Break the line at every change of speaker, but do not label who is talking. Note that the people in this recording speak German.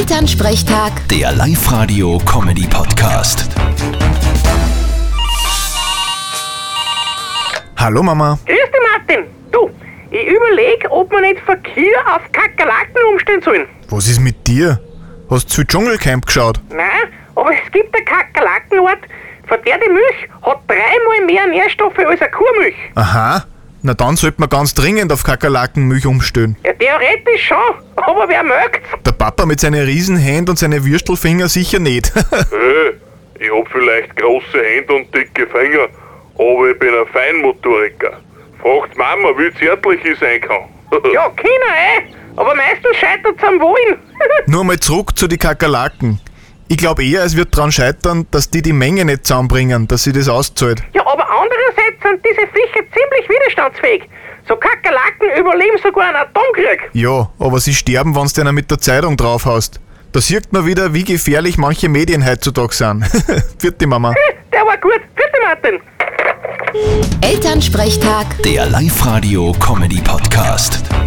Elternsprechtag,
Der Live-Radio-Comedy-Podcast.
Hallo Mama.
Grüß dich, Martin. Du, ich überlege, ob wir nicht Verkehr auf Kakerlaken umstellen sollen.
Was ist mit dir? Hast du zu Dschungelcamp geschaut?
Nein, aber es gibt eine Kakerlakenart, von der die Milch hat dreimal mehr Nährstoffe als eine Kuhmilch.
Aha. Na dann sollte man ganz dringend auf Kakerlakenmilch umstellen.
Ja, theoretisch schon, aber wer mögt's?
Der Papa mit seinen Riesenhänden und seinen Würstelfinger sicher nicht.
Äh, ich hab vielleicht große Hände und dicke Finger, aber ich bin ein Feinmotoriker. Fragt Mama, wie zärtlich ich sein kann.
Ja, Kinder, eh, aber meistens scheitert's am Wollen.
Nur mal zurück zu den Kakerlaken. Ich glaube eher, es wird dran scheitern, dass die die Menge nicht zusammenbringen, dass sie das auszahlt.
ja, aber andererseits sind diese Viecher ziemlich widerstandsfähig. So Kakerlaken überleben sogar einen Atomkrieg.
Ja, aber sie sterben, wenn's denen mit der Zeitung draufhaust. Da sieht man wieder, wie gefährlich manche Medien heutzutage sind. Vierte Mama.
Der war gut. Grüß dich, Martin.
Elternsprechtag.
Der Live-Radio-Comedy-Podcast.